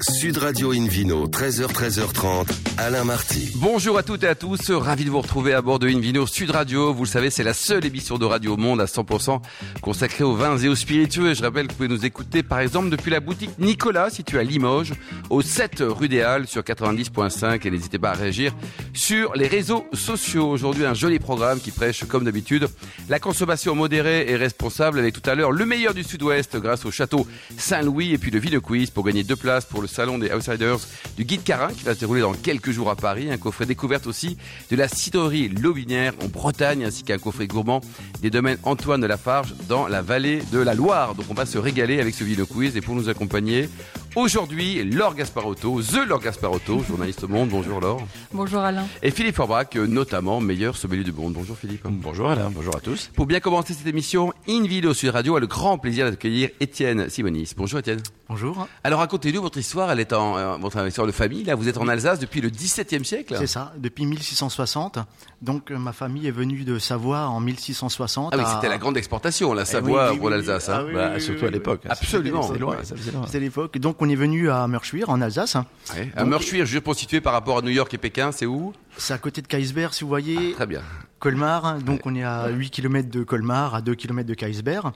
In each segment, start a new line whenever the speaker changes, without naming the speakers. Sud Radio Invino, 13h, 13h30, Alain Marty.
Bonjour à toutes et à tous, ravi de vous retrouver à bord de Invino Sud Radio. Vous le savez, c'est la seule émission de radio au monde à 100% consacrée aux vins et aux spiritueux. Je rappelle que vous pouvez nous écouter par exemple depuis la boutique Nicolas située à Limoges, au 7 rue des Halles sur 90.5 et n'hésitez pas à réagir sur les réseaux sociaux. Aujourd'hui, un joli programme qui prêche comme d'habitude la consommation modérée et responsable avec tout à l'heure le meilleur du Sud-Ouest grâce au château Saint-Louis et puis le Ville Quiz pour gagner deux places pour le salon des Outsiders du Guide Carin qui va se dérouler dans quelques jours à Paris. Un coffret découverte aussi de la cidrerie L'aubinière en Bretagne ainsi qu'un coffret gourmand des domaines Antoine de Lafarge dans la vallée de la Loire. Donc on va se régaler avec ce vidéo quiz et pour nous accompagner aujourd'hui Laure Gasparotto, The Laure Gasparotto, journaliste au monde. Bonjour Laure.
Bonjour Alain.
Et Philippe Forbach, euh, notamment meilleur sommelier du monde. Bonjour Philippe.
Bonjour Alain, bonjour à tous.
Pour bien commencer cette émission, InVideo Sud Radio a le grand plaisir d'accueillir Étienne Simonis. Bonjour Étienne.
Bonjour.
Alors racontez-nous votre histoire, elle est en, euh, votre histoire de famille, là vous êtes en Alsace depuis le XVIIe siècle
C'est ça, depuis 1660. Donc euh, ma famille est venue de Savoie en 1660.
Ah oui,
à-
c'était la grande exportation, la
Eh oui,
Savoie
oui,
pour
oui,
l'Alsace.
oui.
hein.
Ah oui,
Bah,
oui, oui,
surtout
oui,
à
oui.
l'époque.
Absolument.
C'était loin, ça faisait loin.
C'était l'époque. Donc on est venu à Meurchuir en Alsace.
Ouais. À Meurchuir, juste pour situer par rapport à New York et Pékin, c'est où
C'est à côté de Kaisberg, si vous voyez,
Ah, Très bien.
Colmar. Donc on est à 8 km de Colmar, à 2 km de Kaisberg.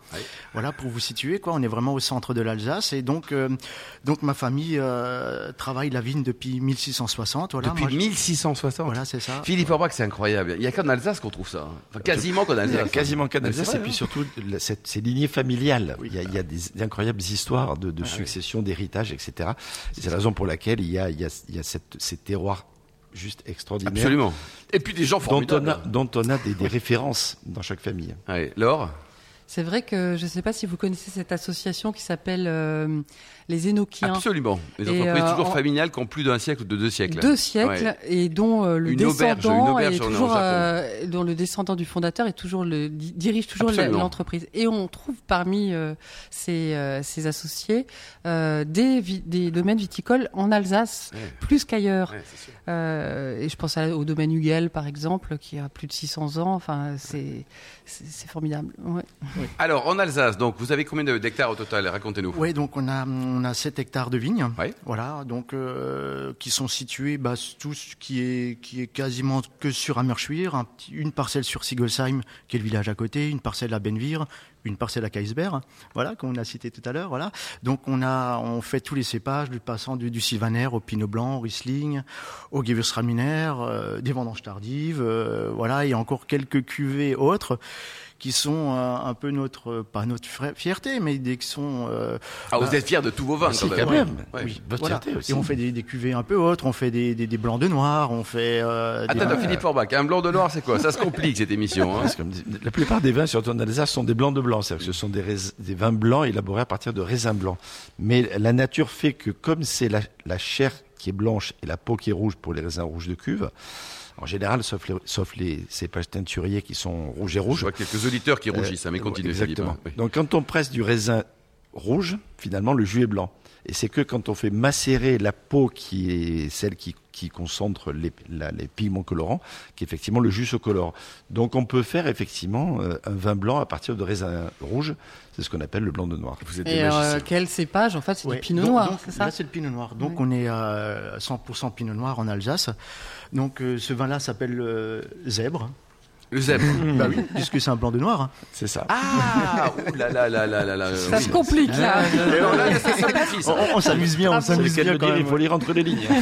Voilà, pour vous situer, quoi. On est vraiment au centre de l'Alsace. Et donc, euh, donc ma famille euh, travaille la vigne depuis 1660. Voilà,
Depuis
Moi, je-
1660.
voilà c'est ça.
Philippe Orbach, c'est incroyable. Il n'y a qu'en Alsace qu'on trouve ça. hein. Enfin, quasiment qu'en
Il y a
Alsace.
quasiment qu'un
Mais c'est
Alsace,
vrai,
et puis
hein.
surtout, la- cette- ces lignées familiales. Il y a, il y a des, des incroyables histoires de, de
Ah,
succession, d'héritage, etc. Et C'est la raison pour laquelle il y a, il y a- il y a cette- ces terroirs juste extraordinaires.
Absolument. Et puis des gens
Dont on a,
formidables.
dont on a des, des références dans chaque famille.
Allez, Laure
C'est vrai que je ne sais pas si vous connaissez cette association qui s'appelle euh, les Énochiens.
Absolument. Les
hein Et,
entreprises
euh,
toujours
en-
familiales qui ont plus d'un siècle ou de deux siècles.
Deux siècles et dont euh, le
Une auberge,
descendant
une auberge
est
au- au
toujours,
Japon.
euh, dont le descendant du fondateur est toujours le di- dirige toujours la-
Absolument.
l'entreprise. Et on trouve parmi euh, ces, euh, ces associés euh, des, vi- des domaines viticoles en Alsace
Ouais.
plus qu'ailleurs.
Ouais, c'est sûr.
Euh, et je pense à- au domaine Hugel par exemple qui a plus de 600 ans. Enfin, c'est c'est c'est formidable. Ouais.
Alors, en Alsace, donc, vous avez combien de- d'hectares au total Racontez-nous.
Ouais, donc on a on a 7 hectares de vignes.
Ouais.
Voilà, donc euh, qui sont situés bah, tout ce qui est qui est quasiment que sur Amerschwir, un petit- une parcelle sur Sigolsheim qui est le village à côté, une parcelle à Benvir, une parcelle à Kaisberg, voilà qu'on a cité tout à l'heure, voilà. Donc on a on fait tous les cépages du passant du, du Sylvaner au Pinot blanc, au Riesling, au Gewürztraminer, euh, des vendanges tardives, euh, voilà, et encore quelques cuvées autres qui sont euh, un peu notre euh, pas notre fra- fierté mais des qui sont euh,
Ah, vous
bah,
êtes fiers de tous vos vins,
Si,
quand même.
quand même.
Ouais.
Oui, votre
voilà.
fierté aussi.
Et on fait des, des cuvées un peu autres, on fait des, des- des blancs de noir, on fait. euh, des-
Attends, attends, Philippe Forbach, hein. un blanc de noir, c'est quoi Ça se complique, cette émission. hein.
Parce que la plupart des vins, surtout en Alsace, sont des blancs de blanc. C'est-à-dire que ce sont des, rais- des vins blancs élaborés à partir de raisins blancs. Mais la nature fait que comme c'est la, la chair qui est blanche et la peau qui est rouge pour les raisins rouges de cuve, en général, sauf les, sauf les cépages teinturiers qui sont rouges et
Je
rouges.
vois quelques auditeurs qui rougissent, hein, mais
Euh,
continuez, Philippe.
Exactement.
hein. Oui.
Donc quand on presse du raisin rouge, finalement, le jus est blanc. Et c'est que quand on fait macérer la peau qui est celle qui, qui concentre les, la- les pigments colorants, qu'effectivement le jus se colore. Donc on peut faire effectivement euh, un vin blanc à partir de raisins rouges. C'est ce qu'on appelle le blanc de noir.
Vous êtes des
Et euh,
magiciens.
quel cépage En fait, c'est
Ouais.
du pinot
Donc-
noir,
donc,
c'est ça
Là, c'est le pinot noir. Donc,
Ouais.
on est euh, à 100% pinot noir en Alsace. Donc, euh, ce vin-là s'appelle euh, zèbre.
Le zèbre.
Mmh.
Bah oui, puisque c'est un blanc de noir. hein.
C'est ça.
Ah Ouh là là là là là là.
Ça se complique là.
Non, là, là, ça, c'est bénéfice,
On,
hein.
on s'amuse bien, on
C'est
s'amuse bien
lequel
quand
dire,
même.
il faut lire entre les lignes. Oh.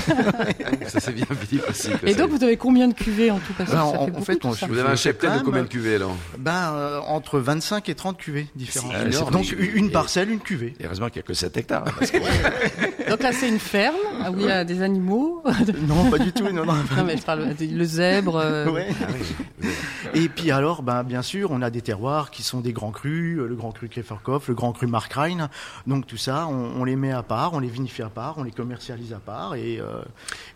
Ça c'est bien Philippe aussi. quoi,
Et
c'est-
donc, vous avez combien de cuvées en tout cas
Alors,
Ça
en- en
fait beaucoup,
fait,
tout
on-
ça.
vous avez un
C'est
cheptel
quand
de
même-
combien de cuvées alors
Ben, euh, entre 25 et 30 cuvées différentes.
C'est énorme.
Donc, une parcelle, une cuvée.
Et heureusement qu'il n'y a que 7 hectares. parce que-
Donc là, c'est une ferme ah, où il y a des animaux.
Non, pas du tout, non, non.
non, mais je parle de- le zèbre. euh,
Ouais. Et puis alors, ben, bien sûr, on a des terroirs qui sont des grands crus, euh, le grand cru Kefferkopf, le grand cru Markrein. Donc tout ça, on, on les met à part, on les vinifie à part, on les commercialise à part. Et, euh,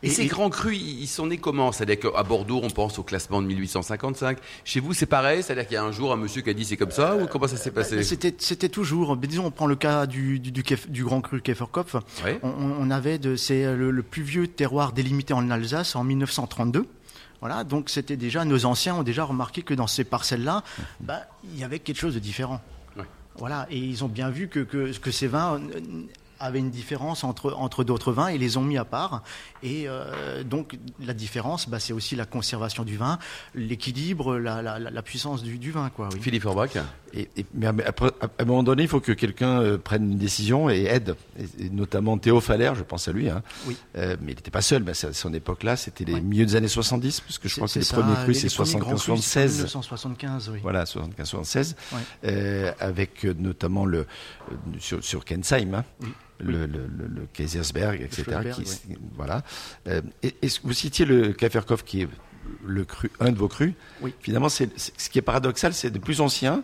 Et,
et-
ces
et-
grands crus, ils ils sont nés comment C'est-à-dire qu'à Bordeaux, on pense au classement de 1855. Chez vous, c'est pareil C'est-à-dire qu'il y a un jour un monsieur qui a dit c'est comme ça Ou comment ça s'est passé
euh, C'était, c'était toujours, ben, disons, on prend le cas du, du, du, Kef- du grand cru Kefferkopf.
Ouais.
On, on- on avait de, c'est euh, le, le plus vieux terroir délimité en Alsace en 1932. Voilà, donc c'était déjà, nos anciens ont déjà remarqué que dans ces parcelles-là,
Mhm.
ben, il y avait quelque chose de différent.
Ouais.
Voilà, et ils ont bien vu que, que, que ces vins euh, avaient une différence entre, entre d'autres vins et les ont mis à part. Et euh, donc la différence, bah, c'est aussi la conservation du vin, l'équilibre, la, la, la puissance du, du vin. Quoi, oui.
Philippe Orbach
Et- et- mais après- à un moment donné, il faut que quelqu'un euh, prenne une décision et aide, Et- et notamment Théo Faller, je pense à lui. hein.
Oui.
Euh, mais il n'était pas seul, mais à son époque-là, c'était les
Ouais.
milieux des années 70, puisque je crois que les
ça,
premiers crus,
les-
c'est
les premiers grands
75,
crus, c'est
76.
1975, oui.
Voilà, 75-76,
Ouais.
euh, avec euh, notamment le, euh, sur, sur Kensheim, hein, le, le- le- le Kaisersberg, etc.
Schlossberg,
qui- Voilà. Euh, et- est-ce que vous citiez le Kaferkov qui est le cru, un de vos crus.
Oui.
Finalement, c'est, c'est- ce qui est paradoxal, c'est le plus ancien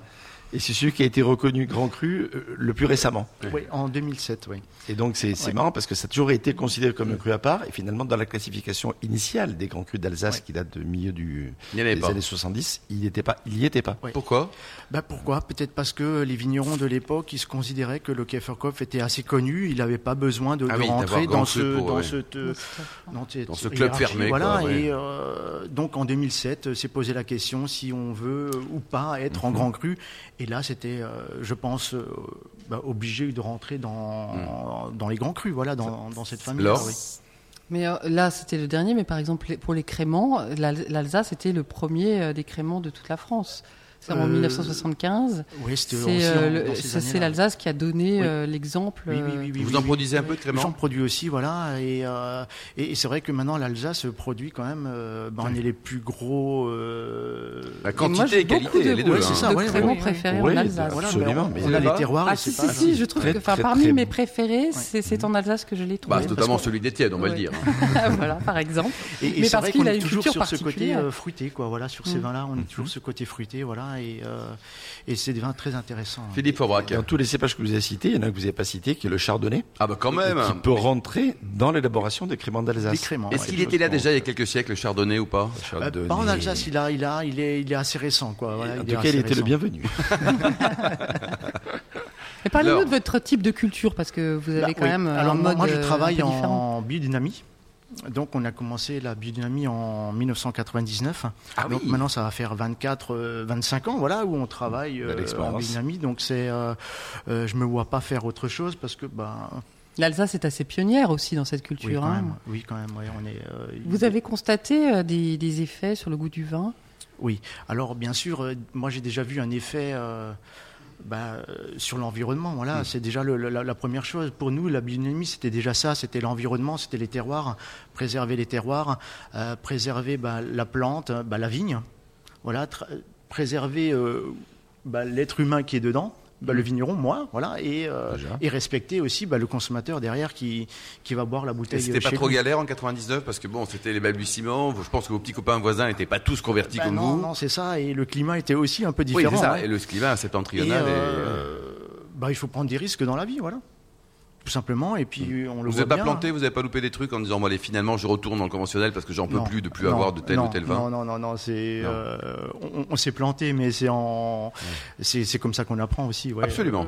et c'est celui qui a été reconnu grand cru euh, le plus récemment.
Oui, en 2007, oui.
Et donc, c'est, c'est marrant parce que ça a toujours été considéré
Mm.
comme un cru à part. Et finalement, dans la classification initiale des grands crus d'Alsace
Ouais.
qui date du milieu du,
Il n'y en avait
des
pas.
années 70, il n'y était pas. Il y était pas.
Ouais.
Pourquoi
Bah pourquoi Peut-être parce que les vignerons de l'époque, ils se considéraient que le Kefirkopf était assez connu, il n'avait pas besoin de,
Ah
de
oui, d'avoir
rentrer
grand
dans
cru
ce,
pour,
dans
ouais.
cette, euh, dans cette
Dans ce club
hiérarchie,
fermé, quoi,
Voilà,
ouais.
et euh, donc en 2007, euh, s'est posé la question si on veut euh, ou pas être
Mhm.
en grand cru. Et là, c'était, euh, je pense, euh, bah, obligé de rentrer dans, dans les grands crus, voilà, dans, dans cette famille.
Mhm.
Ah
Laure
Mais euh, là, c'était le dernier, mais par exemple, les- pour les créments, l'Al- l'Alsace était le premier euh, des créments de toute la France. C'est en
Euh,
1975.
Oui,
C'est
c'était aussi en-
euh,
dans
le-
ces
c'est- c'est
années-là.
l'Alsace qui a donné
Oui.
euh, l'exemple.
Oui, oui,
euh,
oui, oui,
Vous
oui,
en
oui.
produisez un peu de crémant
J'en produis aussi, voilà. Et, euh, et, et c'est vrai que maintenant, l'Alsace produit quand même. euh, bah, on est les plus gros. euh,
La
Et moi,
quantité
j'ai
et qualité,
beaucoup de-
les deux.
ouais, c'est
hein.
ça.
de
ouais,
créments
ouais, ouais.
préférés
Ouais,
en Alsace.
voilà.
mais
Absolument,
on-
mais
on, a
là-bas-
les terroirs.
Ah
et c'est
si,
pas-
si, si, je trouve
Très,
que enfin,
très,
parmi
très
mes
bon.
préférés, c'est c'est en Alsace que je l'ai
Bah,
trouvé.
c'est notamment
parce qu'on-
celui d'Étienne, on va le
Ouais.
dire.
voilà, par exemple.
Et, et
Mais
c'est
parce
vrai
qu'il
qu'on
a
est
une
toujours
culture
sur ce côté
particulière.
euh, fruité, quoi. Voilà, sur ces
Mm.
vins-là,
Mm-hmm.
on est toujours ce côté fruité, voilà. Et, euh, et c'est des vins très intéressants.
Philippe Aubrac.
Dans tous les cépages que vous avez cités, il y en a que vous n'avez pas cité, qui est le chardonnay,
Ah bah quand même.
qui peut rentrer dans l'élaboration des créments d'Alsace.
Des créments,
Est-ce
hein, ouais.
qu'il était là déjà il y a quelques siècles, le Chardonnay ou pas
Euh,
Chardonnay.
pas en Alsace, il a, il a, il est, il est assez récent, quoi. Voilà,
en
est
tout cas,
assez
il était le
récent.
bienvenu.
Mais parlez-nous
Alors.
de votre type de culture, parce que vous avez
Là,
quand
oui.
même euh,
Alors,
un
moi,
mode
moi, je
euh, un
travaille
peu différent.
en biodynamie. Donc, on a commencé la biodynamie en 1999.
Ah
Donc,
oui.
maintenant, ça va faire 24, euh, 25 ans, voilà, où on travaille
Belle
euh, en
expérience.
biodynamie. Donc, c'est, euh, euh, je me vois pas faire autre chose parce que, ben,
L'Alsace est assez pionnière aussi dans cette
oui,
culture.
quand
hein.
même, oui, quand même, ouais, on est. euh,
Vous avez constaté euh, des, des effets sur le goût du vin
Oui. Alors, bien sûr, euh, moi, j'ai déjà vu un effet. euh, bah, euh, sur l'environnement, voilà,
Mm.
c'est déjà le- la, la première chose. Pour nous, la biodynamie, c'était déjà ça, c'était l'environnement, c'était les terroirs, préserver les terroirs, euh, préserver bah, la plante, bah, la vigne, voilà, tra- préserver euh, bah, l'être humain qui est dedans, bah,
Mm.
le vigneron, moi, voilà, et, euh,
Déjà.
et respecter aussi bah, le consommateur derrière qui, qui va boire la
Et
bouteille. euh,
c'était pas
chez
trop
lui.
galère en 99 parce que bon, c'était les balbutiements. Je pense que vos petits copains voisins n'étaient pas tous convertis
Bah,
comme
non,
vous.
non, c'est ça, et le climat était aussi un peu
oui,
différent.
c'est ça.
hein.
Et le climat
Et,
septentrional. est, euh,
euh, bah, il faut prendre des risques dans la vie, voilà. Tout simplement, et puis on
Vous
le voit
n'avez pas
bien. hein.
planté, vous n'avez pas loupé des trucs en disant bon allez finalement je retourne dans le conventionnel parce que j'en peux
Non,
plus de plus
non,
avoir de tel
non,
ou tel vin.
Non, non, non, non, c'est.
Non.
euh, on on s'est planté, mais c'est en. C'est c'est comme ça qu'on apprend aussi, ouais.
Absolument.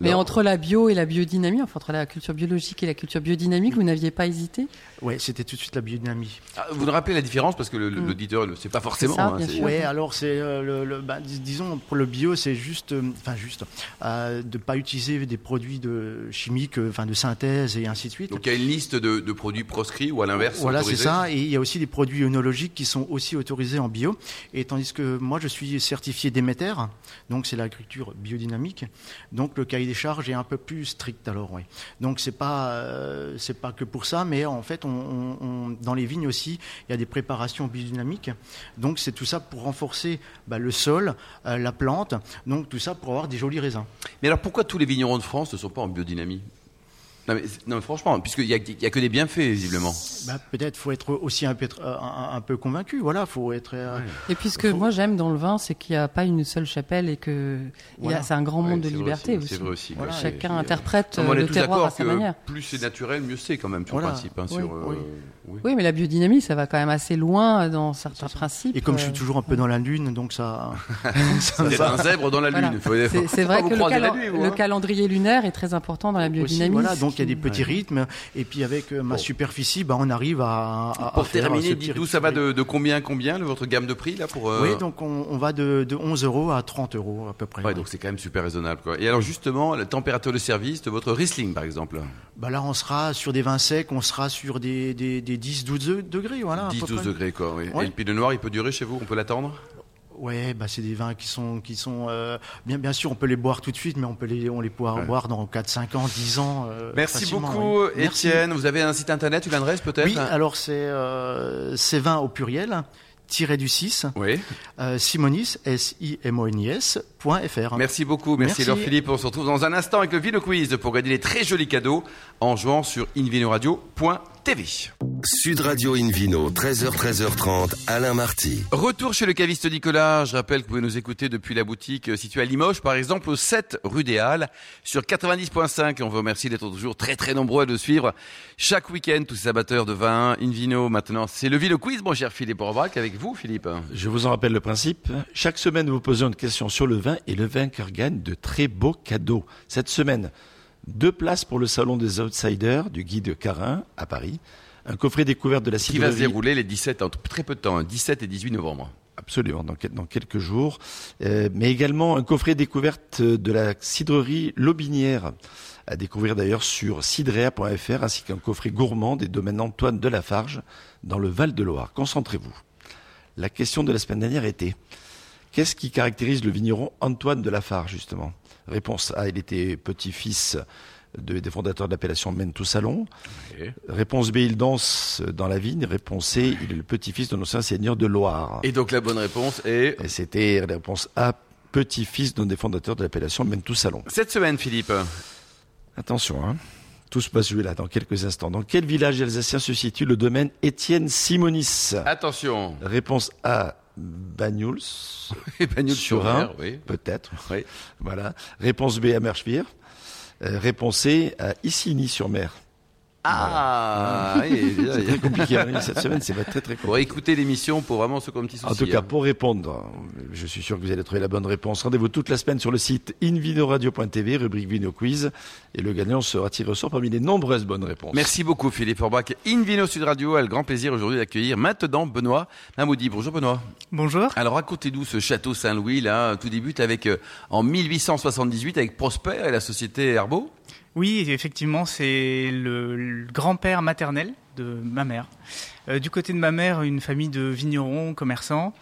Mais
Non.
entre la bio et la biodynamie, enfin entre la culture biologique et la culture biodynamique, vous n'aviez pas hésité
Ouais, c'était tout de suite la biodynamie.
Ah, Vous nous rappelez la différence parce que le- le- l'auditeur ne sait pas forcément.
Mm.
hein,
ça, bien
c'est-
sûr.
Ouais, alors c'est euh, le, le- bah, dis- disons pour le bio, c'est juste, euh, enfin juste, euh, de pas utiliser des produits de chimiques, euh, enfin de synthèse et ainsi de suite.
Donc il y a une liste de, de produits proscrits ou à l'inverse
Voilà, c'est
autorisés.
ça. Et il y a aussi des produits œnologiques qui sont aussi autorisés en bio. Et tandis que moi, je suis certifié Déméter, donc c'est l'agriculture biodynamique. Donc le cahier des charges est un peu plus strict alors, oui. Donc c'est pas, euh, c'est pas que pour ça, mais en fait, on, on- on- dans les vignes aussi, il y a des préparations biodynamiques. Donc c'est tout ça pour renforcer bah, le sol, euh, la plante. Donc tout ça pour avoir des jolis raisins.
Mais alors pourquoi tous les vignerons de France ne sont pas en biodynamie non mais, non, mais franchement, puisqu'il n'y a, il y a que des bienfaits visiblement.
Bah, peut-être faut être aussi un peu, euh, un, un peu convaincu. Voilà, faut être. euh,
Et puis ce que moi j'aime dans le vin, c'est qu'il n'y a pas une seule chapelle et que il y a-
Voilà.
c'est un grand
Ouais,
monde de
c'est vrai
liberté
aussi,
aussi.
C'est vrai aussi.
Voilà,
ouais, c'est-
Chacun
puis, euh,
interprète
non, mais
euh,
on est
le
tous
terroir
d'accord
à sa
que
manière.
Plus c'est naturel, mieux c'est quand même sur
Voilà.
principe. hein,
Oui,
sur, euh,
oui.
oui.
Oui, mais la biodynamie, ça va quand même assez loin dans certains principes.
Et comme je suis
euh,
toujours un peu dans la lune, donc ça. ça
Vous êtes un zèbre dans la
voilà.
lune. faut-
C'est-
faut
Euh, C'est vrai
pas
que
vous
le,
croiser la
calen-
nuit, vous,
le
hein.
calendrier lunaire est très important dans la
Aussi,
biodynamie,
voilà,
ce
donc donc il y a des petits rythmes. Et puis avec euh, ma
Bon.
superficie, bah, on arrive à. à- à
Pour
faire
terminer,
Ah, ce petit
dites-nous,
rythme
ça va
sur les-
de, de combien à combien, le- votre gamme de prix, là, pour... euh,
Oui, donc on, on va de, de 11 euros à 30 euros à peu près.
Ouais, donc c'est quand même super raisonnable. Quoi. Et alors justement, la température de service de votre Riesling par exemple
Bah là, on sera sur des vins secs, on sera sur des, des, des 10-12 degrés, voilà. à Ah,
10-12
peu près.
degrés quoi. oui.
Ouais.
Et le pinot noir, il peut durer chez vous On peut l'attendre
Ouais, bah c'est des vins qui sont, qui sont euh, bien, bien sûr, on peut les boire tout de suite, mais on peut les, on les boire, boire dans 4, 5 ans, 10 ans. euh,
Merci
facilement,
beaucoup
oui. Merci.
Étienne. Vous avez un site internet, une adresse peut-être
Oui, alors c'est euh, c'est 20 au pluriel, tiré du 6,
Oui.
euh, simonis, S-I-M-O-N-I-S, point FR.
Merci beaucoup, merci,
Merci.
Laure Philippe. On se retrouve dans un instant avec le Vino Quiz pour gagner des très jolis cadeaux en jouant sur invinoradio.tv.
Sud Radio Invino, 13h, 13h30, Alain Marty.
Retour chez le caviste Nicolas. Je rappelle que vous pouvez nous écouter depuis la boutique euh, située à Limoges, par exemple, au 7 rue des Halles, sur 90.5. On vous remercie d'être toujours très très nombreux à nous suivre chaque week-end, tous ces amateurs de vin, Invino. Maintenant, c'est le Vino Quiz, mon cher Philippe Orbrac, avec vous, Philippe.
Je vous en rappelle le principe. Chaque semaine, nous vous posons une question sur le vin et le vainqueur gagne de très beaux cadeaux. Cette semaine, deux places pour le salon des outsiders du guide Carin à Paris, un coffret découverte de la
Qui va se
cidrerie.
dérouler les 17, en très peu de temps, hein, 17 et 18 novembre.
Absolument, dans, quel- dans quelques jours. Euh, mais également un coffret découverte de la cidrerie Lobinière, à découvrir d'ailleurs sur cidrea.fr, ainsi qu'un coffret gourmand des domaines Antoine de Lafarge dans le Val-de-Loire. Concentrez-vous. La question de la semaine dernière était qu'est-ce qui caractérise le vigneron Antoine de Lafarge, justement Réponse A, il était petit-fils de- des fondateurs de l'appellation Mène tout Salon. Réponse B, il danse dans la vigne. Réponse C, il est le petit-fils d'un ancien seigneur de Loire.
Et donc la bonne réponse est...
Et c'était la réponse A, petit-fils d'un des fondateurs de l'appellation Mentou Salon.
Cette semaine, Philippe,
Attention, hein. Tout se passe là dans quelques instants. Dans quel village alsacien se situe le domaine Étienne Simonis
attention,
Réponse A, Bagnouls,
Bagnouls sur
Surin.
mer, oui.
peut-être.
Oui.
Voilà. Réponse B, à Merschwir. Euh, réponse C, à Issiny-sur-Mer.
Ah, oui, oui, oui.
Très compliqué hein. cette semaine, c'est très très compliqué.
Bon, écoutez l'émission pour vraiment ceux qui ont un petit souci.
En tout cas,
hein.
pour répondre, je suis sûr que vous allez trouver la bonne réponse. Rendez-vous toute la semaine sur le site invinoradio.tv, rubrique Vino Quiz, et le gagnant sera tiré au sort parmi les nombreuses bonnes réponses.
Merci beaucoup Philippe Orbach. Invino Sud Radio a le grand plaisir aujourd'hui d'accueillir maintenant Benoît Mamoudi. Bonjour Benoît.
Bonjour.
Alors racontez-nous ce château Saint-Louis là. Tout débute avec euh, en 1878 avec Prosper et la société Herbeau.
Oui, effectivement, c'est le, le grand-père maternel de ma mère. Euh, du côté de ma mère, une famille de vignerons, commerçants.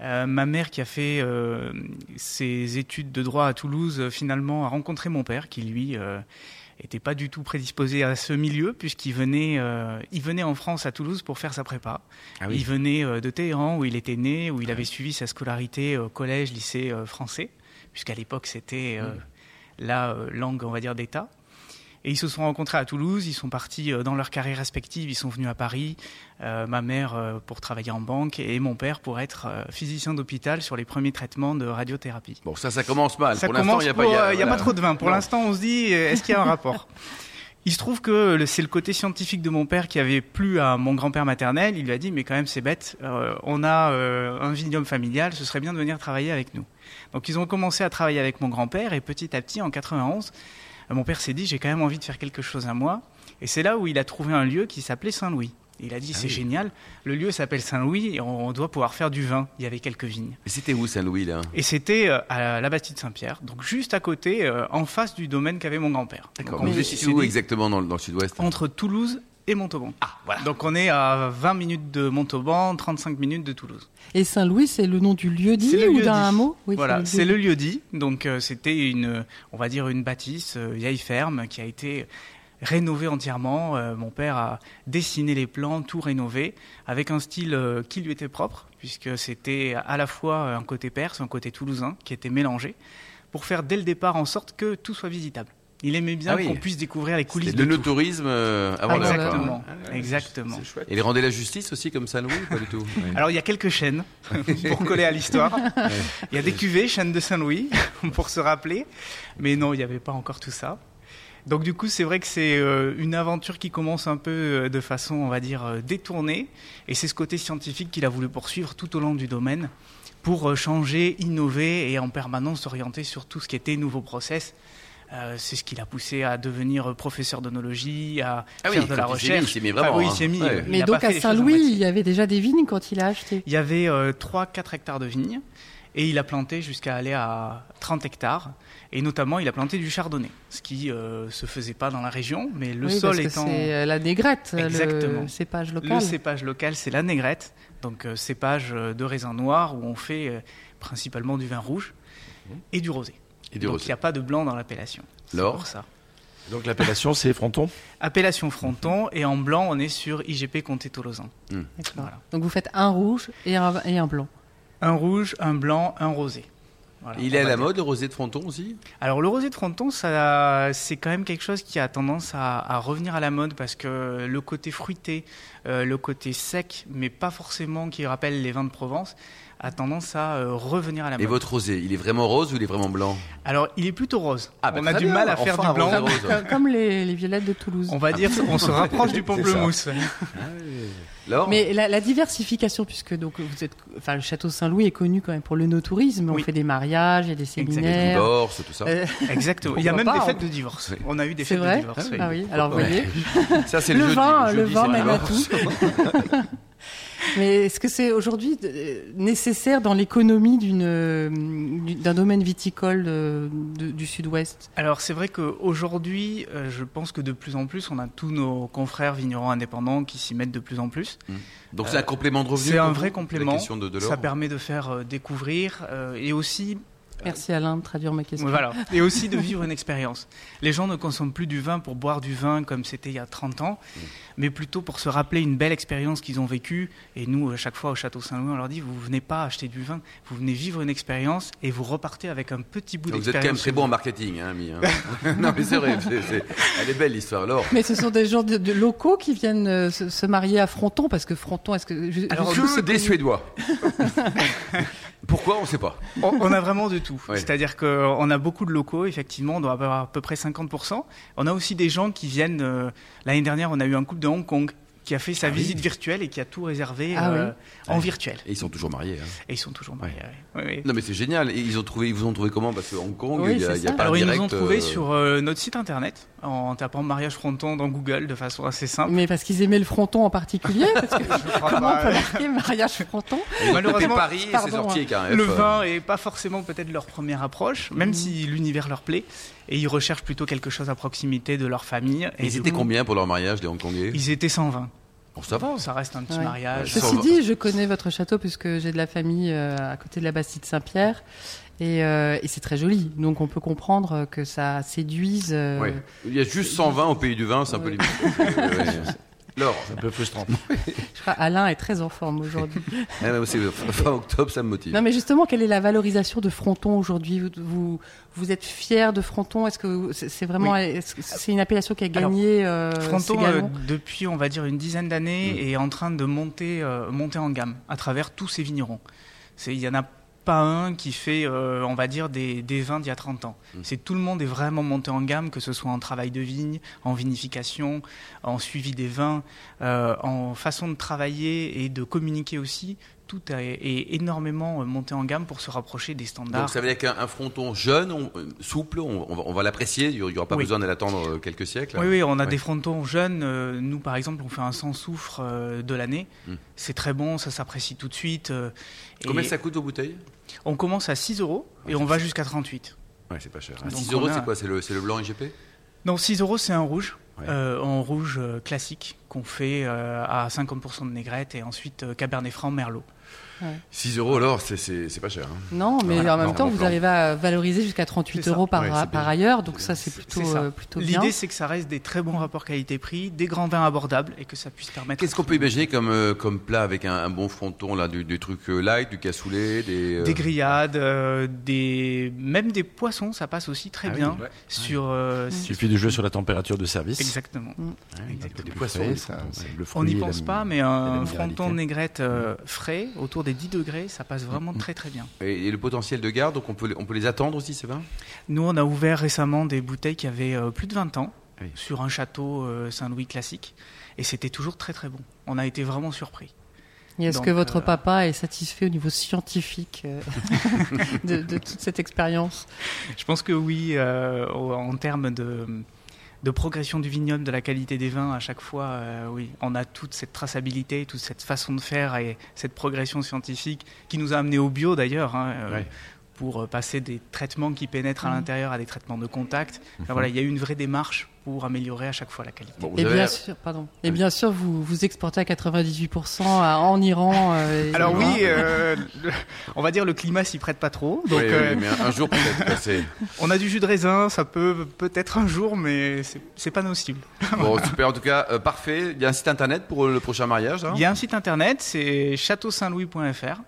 Euh, ma mère qui a fait euh, ses études de droit à Toulouse, euh, finalement, a rencontré mon père qui, lui, euh, était pas du tout prédisposé à ce milieu puisqu'il venait, euh, il venait en France à Toulouse pour faire sa prépa.
Ah
Il venait euh, de Téhéran où il était né, où il avait suivi sa scolarité au collège, lycée euh, français, puisqu'à l'époque c'était euh, la euh, langue, on va dire, d'État. Et ils se sont rencontrés à Toulouse, ils sont partis euh, dans leurs carrières respectives, ils sont venus à Paris, euh, ma mère euh, pour travailler en banque et mon père pour être euh, physicien d'hôpital sur les premiers traitements de radiothérapie.
Bon ça ça commence mal.
Ça
pour l'instant
commence
il n'y a,
pour,
pas- il y a-
euh, il y a
voilà.
pas trop de vin. Pour
Non.
l'instant, on se dit, euh, est-ce qu'il y a un rapport Il se trouve que le- c'est le côté scientifique de mon père qui avait plu à mon grand-père maternel. Il lui a dit, mais quand même, c'est bête. euh, on a euh, un vignoble familial. Ce serait bien de venir travailler avec nous. Donc, ils ont commencé à travailler avec mon grand-père et petit à petit, en 91, euh, mon père s'est dit, j'ai quand même envie de faire quelque chose à moi. Et c'est là où il a trouvé un lieu qui s'appelait Saint-Louis. Il a
Ah
dit, c'est génial. Le lieu s'appelle Saint-Louis et on on doit pouvoir faire du vin. Il y avait quelques vignes.
Mais C'était où Saint-Louis là
Et c'était euh, à la Bastide Saint-Pierre, donc juste à côté, euh, en face du domaine qu'avait mon grand-père.
D'accord.
Donc, on
Vous
s'est
étiez où Ah,
dit,
exactement dans, le- dans le sud-ouest
Entre Toulouse et Montauban. Donc on est à 20 minutes de Montauban, 35 minutes de Toulouse.
Et Saint-Louis, c'est le nom du lieu dit
C'est le
ou
lieu dit.
d'un mot
voilà, c'est le lieu dit. Donc euh, c'était une, euh, on va dire une bâtisse, euh, vieille ferme qui a été rénovée entièrement. Euh, mon père a dessiné les plans, tout rénové, avec un style euh, qui lui était propre, puisque c'était à la fois un côté perse, un côté toulousain, qui était mélangé, pour faire dès le départ en sorte que tout soit visitable. Il aimait bien
Ah oui.
qu'on puisse découvrir les coulisses
C'était
de
le
tout.
tourisme euh, avant l'heure, quoi. Ah
Exactement, exactement.
Et il rendait la justice aussi comme Saint-Louis ou pas du tout
Alors, il y a quelques chaînes pour coller à l'histoire. Il y a des cuvées, chaîne de Saint-Louis, pour se rappeler. Mais non, il n'y avait pas encore tout ça. Donc, du coup, c'est vrai que c'est euh, une aventure qui commence un peu euh, de façon, on va dire, euh, détournée. Et c'est ce côté scientifique qu'il a voulu poursuivre tout au long du domaine pour euh, changer, innover et en permanence s'orienter sur tout ce qui était nouveau process. Euh, c'est ce qui l'a poussé à devenir euh, professeur d'onologie, à
Ah oui,
faire de la
quand il s'est mis,
recherche.
il s'est mis vraiment,
Ah oui,
hein.
il s'est mis.
Ouais.
euh, il
Mais
a
donc
pas fait
à
les choses en
Saint-Louis, il
moitié.
y avait déjà des vignes quand il a acheté.
il y avait euh, 3-4 hectares de vignes et il a planté jusqu'à aller à 30 hectares. Et notamment, il a planté du chardonnay, ce qui euh, se faisait pas dans la région, mais le
Oui, parce
sol
que
étant.
c'est euh, la négrette, le-
Exactement.
le cépage
Le
local.
cépage local, c'est la négrette, donc euh, cépage euh, de raisin noir où on fait euh, principalement du vin rouge et du rosé.
Mhm. Et du
donc il
rosé.
n'y a pas de blanc dans l'appellation. C'est
Laure
pour ça.
Donc l'appellation, c'est Fronton
Appellation fronton et en blanc, on est sur IGP Comté Tolosan.
D'accord.
Voilà.
Donc vous faites un rouge et un, et un blanc.
Un rouge, un blanc, un rosé. Voilà,
Il
on
est à
va
la
dire.
mode, le rosé de fronton aussi
Alors le rosé de fronton, ça, c'est quand même quelque chose qui a tendance à, à revenir à la mode parce que le côté fruité, euh, le côté sec, mais pas forcément qui rappelle les vins de Provence, a tendance à euh, revenir à la
Et
mode.
votre rosé, il est vraiment rose ou il est vraiment blanc
Alors il est plutôt rose.
Ah, bah,
on a
très
du
bien,
mal à faire
enfin,
du blanc.
un rosé rose.
Comme, comme les, les violettes de Toulouse.
On va dire, on se rapproche du pamplemousse.
Laure
Mais la, la diversification, puisque donc vous êtes, enfin le château Saint-Louis est connu quand même pour le no tourisme.
Oui.
On fait des mariages, il y a des
Les
séminaires.
divorces, tout ça.
Euh,
Exactement. Il y a
Pourquoi
même des
pas,
fêtes
hein.
de divorce.
Oui.
On a eu des
c'est
fêtes de
vrai.
divorce. oui.
Ah oui. Alors vous voyez.
Ça, c'est
le
jeudi.
vin, le
jeudi,
vin
c'est
mène à
divorce.
tout. Mais est-ce que c'est aujourd'hui euh, nécessaire dans l'économie d'une, euh, du- d'un domaine viticole euh, de- du Sud-Ouest
Alors c'est vrai qu'aujourd'hui, euh, je pense que de plus en plus, on a tous nos confrères vignerons indépendants qui s'y mettent de plus en plus.
Donc c'est un complément de revenu
C'est
pour
un
vous,
vrai
La
complément.
question de, de Laure.
Ça permet de faire euh, découvrir euh, et aussi
Merci Alain de traduire ma question.
Voilà. Et aussi de vivre une expérience. Les gens ne consomment plus du vin pour boire du vin comme c'était il y a 30 ans,
Mm.
mais plutôt pour se rappeler une belle expérience qu'ils ont vécue. Et nous, à chaque fois au Château Saint-Louis, on leur dit, vous venez pas acheter du vin, vous venez vivre une expérience et vous repartez avec un petit bout
Donc
d'expérience.
vous êtes quand même très bon en marketing, hein, ami. hein. non, mais c'est vrai, c'est- c'est- elle est belle l'histoire. Laure,
Mais ce sont des gens de, de locaux qui viennent euh, se, se marier à Fronton, parce que Fronton, est-ce que... ju-
Alors,
jusqu'où
nous,
que
c'est
des
connu
Suédois. Pourquoi On ne sait pas.
On, on a vraiment de tout.
Ouais.
C'est-à-dire qu'on a beaucoup de locaux, effectivement, on doit avoir à peu près 50%. On a aussi des gens qui viennent. euh, L'année dernière, on a eu un couple de Hong Kong qui a fait
Ah
sa visite virtuelle et qui a tout réservé
Ah
euh,
oui.
en virtuel.
Et ils sont toujours mariés. hein.
Et ils sont toujours mariés. ouais. Ouais, ouais.
Non, mais c'est génial. Et ils, ont trouvé, ils vous ont trouvé comment Parce que Hong Kong,
Oui,
il n'y a,
c'est
il y a
ça.
pas
Alors,
de
ils
direct.
nous ont trouvé
euh,
sur euh, notre site internet en tapant mariage fronton dans Google de façon assez simple.
Mais parce qu'ils aimaient le Fronton en particulier, parce que comment on peut marquer mariage Fronton
et
malheureusement,
Malheureusement, Paris, et c'est
pardon, hein.
sorti avec un F.
Le vin est pas forcément peut-être leur première approche,
Mm.
même si l'univers leur plaît, et ils recherchent plutôt quelque chose à proximité de leur famille. Et
Ils
du
étaient
coup,
combien pour leur mariage, les Hongkongais
Ils étaient 120.
Bon, ça va.
Ça reste un petit
Ouais.
mariage.
Ouais,
Ceci dit, je connais votre château puisque j'ai de la famille euh, à côté de la Bastide Saint-Pierre et, euh, et c'est très joli. Donc on peut comprendre euh, que ça séduise. euh,
Ouais. Il y a juste 120 au pays du vin, c'est un peu
Ouais.
limite. Ouais, ouais. Laure,
Un peu frustrant.
Je crois Alain est très en forme aujourd'hui.
Ah, non, c'est- fin octobre, ça me motive.
non mais justement, quelle est la valorisation de Fronton aujourd'hui vous, vous vous êtes fier de Fronton Est-ce que vous- c'est c'est vraiment est-ce que c'est une appellation qui a
Alors,
gagné euh, ses
Fronton, euh,
galons
depuis on va dire une dizaine d'années,
Mm.
est en train de monter, euh, monter en gamme à travers tous ces vignerons. C'est- Il n'y en a pas un qui fait, euh, on va dire, des, des vins d'il y a 30 ans.
Mm.
C'est tout le monde est vraiment monté en gamme, que ce soit en travail de vigne, en vinification, en suivi des vins, euh, en façon de travailler et de communiquer aussi. Tout a- est énormément euh, monté en gamme pour se rapprocher des standards.
Donc ça veut dire qu'un un fronton jeune, on- euh, souple, on, on va, on va l'apprécier, il n'y aura pas
Oui.
besoin d'aller attendre euh, quelques siècles.
Oui, oui, on a
Ouais.
des frontons jeunes. Euh, Nous, par exemple, on fait un sans soufre euh, de l'année.
Mm.
C'est très bon, ça s'apprécie tout de suite. euh, et
Combien ça coûte aux bouteilles
On commence à 6 euros et on va jusqu'à 38.
Ouais, c'est pas cher.
Donc
6
on
euros,
a-
c'est quoi C'est le, c'est le blanc IGP
Non, 6 euros, c'est un rouge.
Ouais.
euh, en rouge euh, classique qu'on fait euh, à 50% de négrette et ensuite euh, cabernet franc merlot.
6 euros, alors, c'est- c'est c'est pas cher. hein.
Non, mais
Voilà,
en même
non,
temps,
non,
vous
non.
arrivez à valoriser jusqu'à 38
C'est ça.
euros par,
Ouais, c'est bien.
par ailleurs, donc ça c'est plutôt
ça.
euh, plutôt bien.
L'idée c'est que ça reste des très bons rapports qualité-prix, des grands vins abordables et que ça puisse permettre
Qu'est-ce qu'on peut imaginer comme, euh, comme plat avec un, un bon fronton, là, du, du truc euh, light, du cassoulet, des... euh,
des grillades, euh, des même des poissons, ça passe aussi très
Ah oui,
bien
ouais.
sur euh,
Il suffit de jouer sur la température de service.
exactement.
Des,
Le
poissons.
frais,
des
ça,
frontons, ouais.
le
On
fruit
n'y
et la
pense
mi-
pas, mais
et la
un
minéralité.
fronton de négrette euh, frais, autour des 10 degrés, ça passe vraiment très très bien.
Et, et le potentiel de garde, donc on peut, les- on peut les attendre aussi, ces vins
Nous, on a ouvert récemment des bouteilles qui avaient euh, plus de 20 ans
Ah oui.
sur un château euh, Saint-Louis classique, et c'était toujours très très bon. On a été vraiment surpris.
Et est-ce
Donc,
que votre
euh,
papa est satisfait au niveau scientifique euh, de, de toute cette expérience
Je pense que oui, euh, en termes de, de progression du vignoble, de la qualité des vins, à chaque fois, euh, oui, on a toute cette traçabilité, toute cette façon de faire et cette progression scientifique qui nous a amené au bio d'ailleurs. hein, euh,
Ouais.
Pour euh, passer des traitements qui pénètrent à
Mhm.
l'intérieur à des traitements de contact. Enfin, voilà, il y a eu une vraie démarche pour améliorer à chaque fois la qualité.
Bon, vous
Et
avez-
bien sûr, pardon. Et bien sûr, vous vous exportez à 98% à- en Iran. euh, et-
Alors oui,
et-
euh, le- on va dire le climat s'y prête pas trop.
Oui,
Donc
oui,
euh,
mais un jour peut-être. quoi, c'est-
on a du jus de raisin, ça peut peut-être un jour, mais c'est- c'est pas nocible.
Bon, super. En tout cas, euh, parfait. Il y a un site internet pour euh, le prochain mariage. hein
Il y a un site internet, c'est château-saint-louis.fr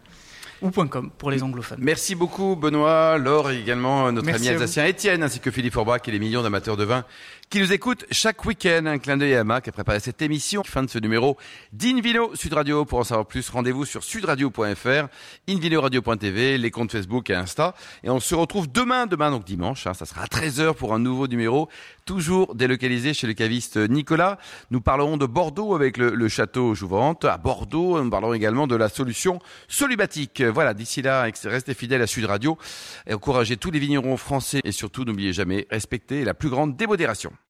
ou .com pour les anglophones.
Merci beaucoup Benoît, Laure et également euh, notre
Merci
ami
à vous.
alsacien Étienne ainsi que Philippe Forbach et les millions d'amateurs de vin qui nous écoutent chaque week-end. Un clin d'œil à Emma qui a préparé cette émission. Fin de ce numéro d'Invino Sud Radio. Pour en savoir plus, rendez-vous sur sudradio.fr, invinoradio.tv, les comptes Facebook et Insta. Et on se retrouve demain, demain donc dimanche, hein, ça sera à 13h pour un nouveau numéro, toujours délocalisé chez le caviste Nicolas. Nous parlerons de Bordeaux avec le, le château Jouvente. À Bordeaux, nous parlerons également de la solution solubatique. Voilà, d'ici là, ex- restez fidèles à Sud Radio et encouragez tous les vignerons français et surtout n'oubliez jamais, respectez la plus grande démodération.